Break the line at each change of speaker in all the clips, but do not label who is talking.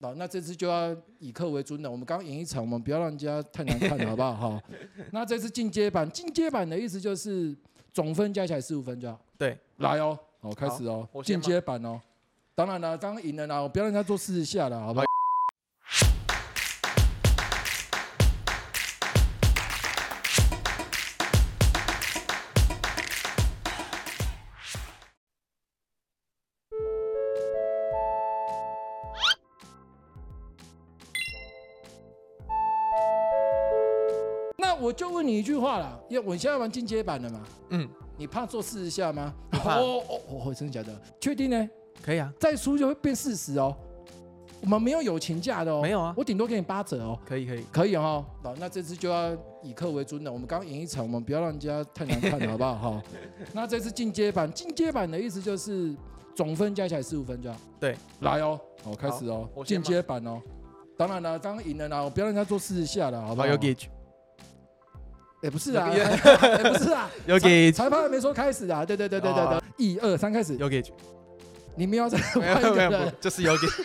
好，那这次就要以客为尊了。我们刚刚演一场，我们不要让人家太难看了，好不好？ 好。那这次进阶版，进阶版的意思就是总分加起来十五分就好。
对，
来哦，好，开始哦
我，先
进
吗
阶版哦。当然了，刚刚赢了啦，我不要让人家做四十下了，好不好？那我就问你一句话啦，因为我现在玩进阶版了嘛，
嗯，
你怕做四十下吗？
不怕
哦哦哦哦，真的假的？确定呢？
可以啊，
再输就会变四十哦。我们没有友情价的哦，
没有啊
我顶多给你八折哦。
可以可以，
可以哦，好，那这次就要以客为尊了。我们刚刚演一场，我们不要让人家太难看了， 好不好？好，那这次进阶版，进阶版的意思就是总分加起来十五分就好。
对，
来哦，好，开始哦
我，
进
先吗
阶版哦。当然了，刚刚赢了啦，我不要让人家做四十下了，好不好？
有 gauge，
哎，不是啊，
有
哎不是 啊，
有 gauge，
裁判还没说开始啊。对对对对对对
哦，
一二三开始，
有 gauge，
你们要再
没有
换一
没
个
有没有
人，。
就是有 gauge，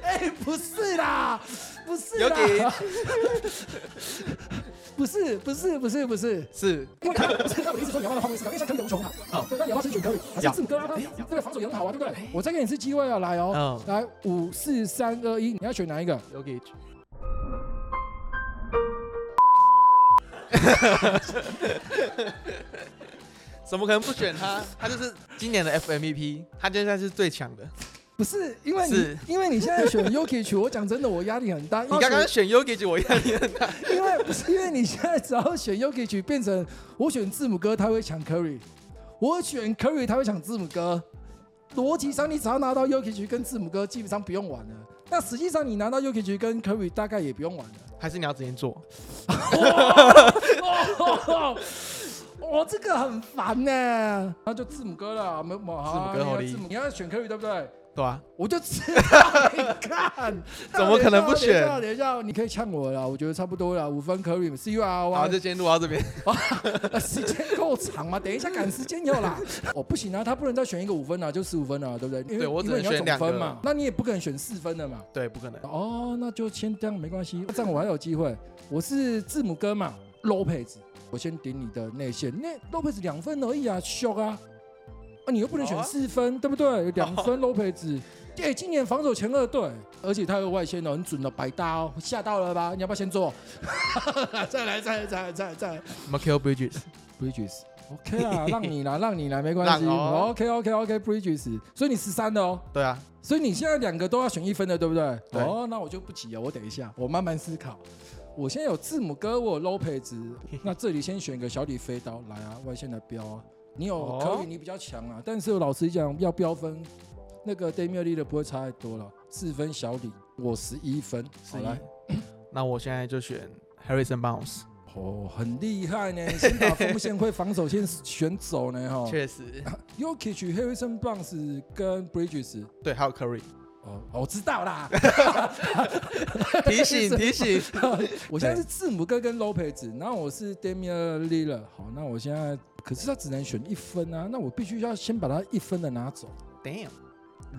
哎， 不是啦，不是
有
啦，
gauge，
不是不是不是不是。
是
因为看不是我一直说你要放到后面思考，因为像跟刘琼啊，对，那你要不要争取可以？还是
要
志哥啊，他这个防守也很好啊，对不对？我再给你一次机会啊，来哦，
嗯
来五四三二一，你要选哪一个？
有 gauge，怎么可能不选他？他就是今年的 FMVP，他现在是最强的。
不是，因为你
是
因为你现在选 Yuki 曲，我讲真的，我压力很大。
你刚刚选 Yogi，我压力很大。
因为不是因为你现在只要选 Yuki 曲，变成我选字母哥，他会抢 Curry；我选 Curry，他会抢字母哥。逻辑上，你只要拿到 Yuki 曲跟字母哥，基本上不用玩了。那实际上，你拿到 Yuki 曲跟 Curry，大概也不用玩了。
还是你要直接做？
哦，哦，这个很烦呢、那就字母哥了，没冇好啊
字母哥好
你要字母你要选 Curry 对不对？
对啊，
我就知道你看，
怎么可能不
等
选
一下，等一下，你可以呛我了，我觉得差不多了，五分 Curry，C U R
好，啊
Y，
就先录到这边。
啊时间够长吗？等一下赶时间有啦。 哦，不行啊，他不能再选一个五分啊，就十五分啊，对不对？因为
对我只能
因为你要
选两
总
个
分嘛，那你也不可能选四分的嘛。
对，不可能。
哦，那就先这样没关系，这样我还有机会。我是字母哥嘛，Lopez，我先顶你的内线，那 Lopez 两分而已啊，秀啊！啊，你又不能选
好啊
四分，对不对？两 分 Lopez，哎、今年防守前二队，而且他有外线哦，很准的百搭哦，吓到了吧？你要不要先做？ 再来，再来，再来，再来，再来
m i c h a e l Bridges，
，Bridges。OK 啊，让你来，让你来，没关系。
让哦
OK OK OK Bridges，所以你十三的哦。
对啊，
所以你现在两个都要选一分的，对不对？
对
哦，那我就不急了，我等一下，我慢慢思考。我现在有字母哥，我有 Lopez，那这里先选个小李飞刀来啊，外线来标啊。你有
哦
可以，你比较强啊，但是我老实讲，要标分，那个 Damian l e a d 不会差太多了，四分小李，我十一分，
是
好来。。
那我现在就选 Harrison Bounce，
哦，很厉害呢， 先把锋线会防守线选走呢哈。
确实，
Yokich、Harrison Barnes 跟 Bridges，
对，还有 Curry。
哦，哦我知道啦。
提醒提醒，
我现在是字母哥跟 Lopez，然后我是 Damian l i l l a 好，那我现在可是他只能选一分啊，那我必须要先把他一分的拿走。
Damn，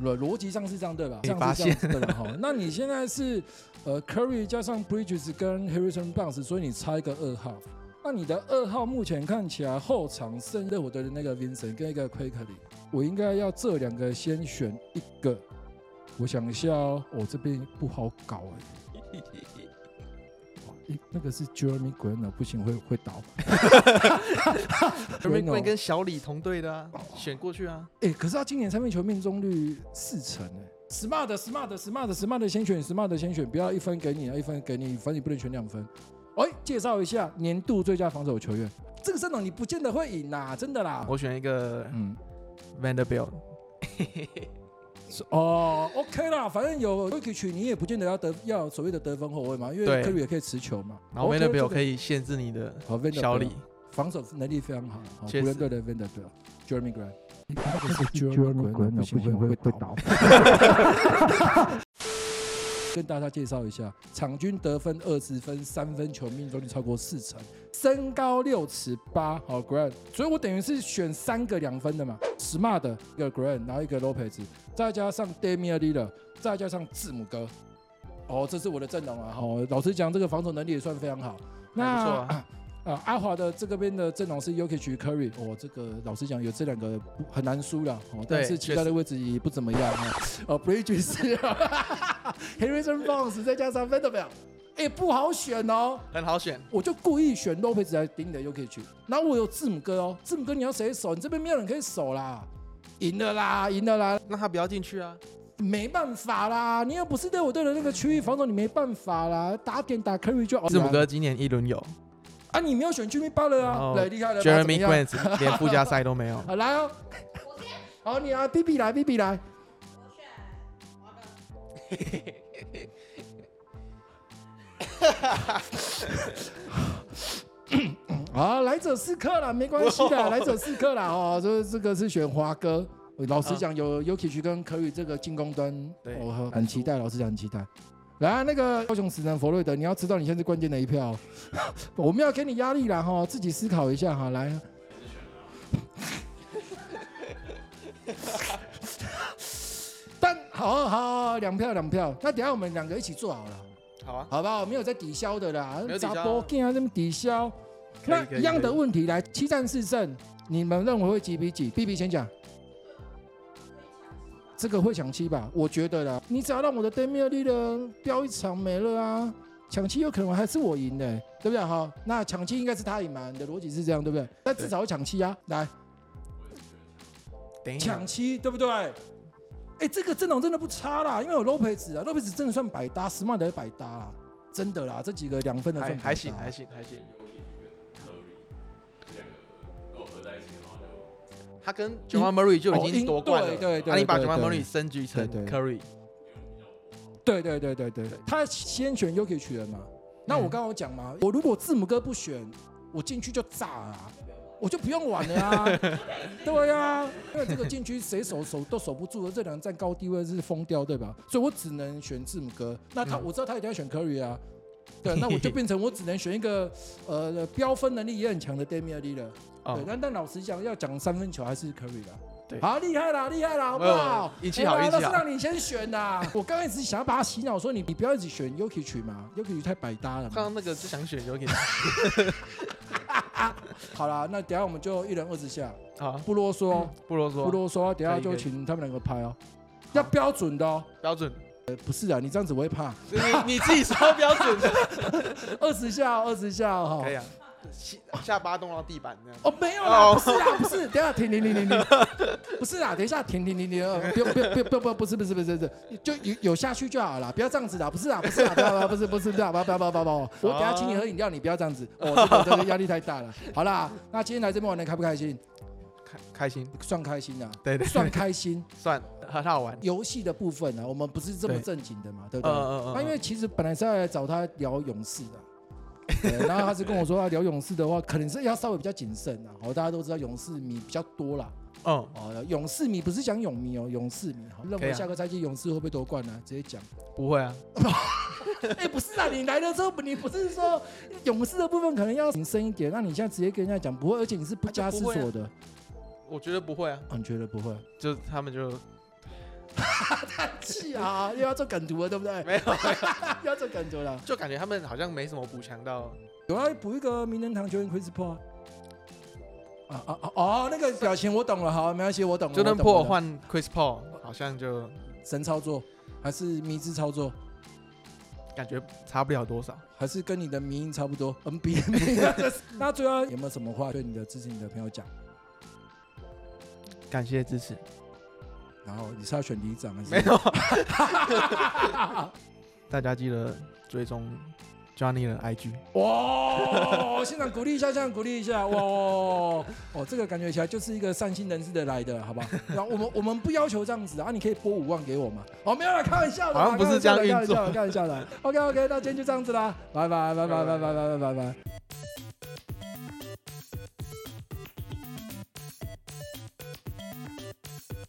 逻逻辑上是这样对吧？
被
这样
发
是这样子对吧？好，那你现在是呃 Curry 加上 Bridges 跟 Harrison Barnes，所以你差一个二号。那你的二号目前看起来后场剩热火队的那个 Vincent 跟一个 Quickly，我应该要这两个先选一个。我想一下哦，我、这边不好搞哎、哇一那个是 Jeremy Green 哦，不行会会倒。
Jeremy
Green 哦
Green 跟小李同队的啊，选过去啊。
哎、可是他今年三分球命中率四成哎、smart smart smart smart 先选 smart 先选，不要一分给你，一分给你，反正你不能选两分。哎、介绍一下年度最佳防守球员，这个阵容你不见得会赢啦，真的啦。
我选一个
嗯，
Vanderbilt，
是哦，OK 啦，反正有 w i k i 曲，你也不见得要得要有所谓的得分后卫嘛，因为
对
科里也可以持球嘛。
然后 Vanderbilt 可
以
以限制你的
好 Vanderbilt
小李。
防守能力非常好，好湖
确实
人队的 Vanderbilt Jeremy Grant。Jeremy Grant 不行会会倒。 跟大家介绍一下，场均得分二十分，三分球命中率超过四成，身高六尺八，好 Grant，所以我等于是选三个两分的嘛，Smart 一个 Grant，然后一个 Lopez，再加上 Damian l i l l a r 再加上字母哥，哦，这是我的阵容啊，哦，老实讲，这个防守能力也算非常好，那
还不错啊
啊，阿华的这个边的阵容是 Yokich Curry，哦，这个老实讲有这两个不很难输了，哦，但
对
是其他
确
的位置也不怎么样啊，哦，Bridges 啊，Harrison Barnes 再加上 Vanderbilt，哎，不好选哦，
很好选，
我就故意选 Lopez 来顶你的 Yokich，然后我有字母哥哦，字母哥你要谁守？你这边没有人可以守啦，赢了啦，赢了啦，
让他不要进去啊。
没办法啦，你又不是对我队的那个区域防守，你没办法啦，打点打 Curry 就好了
字母哥今年一轮游
啊，你没有选 Jimmy Butler
然
啊，
后
来厉害了吧怎么
，Jeremy
样。
Grant 连附加赛都没有
好来哦，好你啊，B B 来，B B 来，啊，来者是客啦，没关系的，来者是客啦哦，这这个是选华哥。我老实讲，有 Yuki 跟 Curry 这个进攻端，
对
我很很期待，老实讲很期待。来啊，那个高雄死神弗瑞德，你要知道你现在是关键的一票 哦，我们要给你压力啦哈，自己思考一下哈，来。啊 但好好好，两票两票，那等一下我们两个一起做好了。
好啊，
好吧，我没有在抵消的啦，
没有抵消啊
波劲啊，这么抵消。
可以
那
可以
一样
可以
的问题来，七战四胜，你们认为会几比几？B B 先讲。这个会抢七吧？我觉得啦，你只要让我的 Damian l i l l a r 飙一场没了啊，抢七有可能还是我赢的、对不对？哈，那抢七应该是他赢嘛？你的逻辑是这样，对不对？那至少会抢七啊，来
等一下
抢，七，对不对？哎，这个阵容真的不差啦，因为有 Lopez 啊，Lopez 真的算百搭，Smart 也百搭啦，真的啦，这几个两分的
还
算
还行啊
百搭
还行还行。他跟 j a m a Murray 就已经夺冠了，
哦赢对对对
啊你把 j
对
a m a
对
Murray 升级成
对对
Curry，
对对对对对，他先选 UK 取人嘛。
嗯
那我刚刚有讲嘛，我如果字母哥不选，我进去就炸了、啊，我就不用玩了 啊。对啊，因为这个禁区谁守守都守不住的，这两人占高低位是疯掉，对吧？所以我只能选字母哥。那他、
嗯
我知道他一定要选 Curry 啊。 对，那我就变成我只能选一个，呃，飙分能力也很强的 Damian l i l l a r 对，
哦，
但但老实讲，要讲三分球还是 Curry 啦。
对哦
好厉害啦，厉害啦，好不
没
好
有？运气好
哎呀
运气好
都是让你先选 的。我刚开始想要把他洗脑，说你你不要一直选 Yuki 曲嘛，Yuki 曲太百搭了嘛。
看到那个就想选 y o k
好啦，那等一下我们就一人二十下，
好，
不啰嗦哦，
不啰
不
嗦，
啰嗦，等一下
可以
就
嗯啊可以
请他们两个拍哦，要标准的哦。
标准，
呃不是啊，你这样子我会怕。
你你自己说标 准的，
二十下哦，二十下哦。
可以啊，下下巴动到地板这样。
哦，没有啦，
哦
不是啦，不是，等一下停停停停停， 不是啦，等一下停停停停，呃不用不用不用不用不是不是不是不是，就有有下去就好了，不要这样子啦，不是啦啊不是啦，不要不要不是不是不要不要不要不要不要不要，我等一下请你喝饮料，你不要这样子，哦，这个这个压力太大了。好啦，那今天来这边玩的开不开心？
开开心，
算开心啦，
对对，
算开心。
算很好玩。
游戏的部分啊呢，我们不是这么
对
正经的嘛，对
嗯
不对？
嗯
那因为其实本来是要来找他聊勇士 的，啊对然后他是跟我说，他聊勇士的话，可能是要稍微比较谨慎啦。哦，大家都知道勇士迷比较多啦。
嗯，
哦，勇士迷不是讲勇迷哦，勇士迷。好认
可以
为
啊
下个赛季勇士会不会夺冠呢、直接讲。
不会啊，
哎，不是啊，你来了之后，你不是说勇士的部分可能要谨慎一点，那你现在直接跟人家讲不会，而且你是不加思索的，
我觉得不会啊，
啊你觉得不会？
就他们就
气啊，又要做梗图了，对不对？
没有，
又 要做梗图了。
就感觉他们好像没什么补强到。
有要补一个名人堂球员 Chris Paul 啊。啊啊哦，那个表情我懂了，好，没关系，我懂了。
就
我
能
懂
破
我懂
换 Chris Paul，好像就
神操作，还是迷之操作，
感觉差不了多少。
还是跟你的迷音差不 多？NBA。那最后有没有什么话对你的支持你的朋友讲？
感谢支持，
然后你是要选里长还是？
没有。 大家记得追踪 Johnny 的 IG，
哇！现场鼓励一下，现场鼓励一下，哇！哦，这个感觉起来就是一个善心人士的来的，好不好？然后我们我们不要求这样子啊，你可以拨五万给我嘛。哦，没有啦，开玩笑的啦，
好像不是这样运作
开玩笑的，开玩笑的。OK OK，那今天就这样子啦，拜拜拜拜拜拜拜拜拜拜。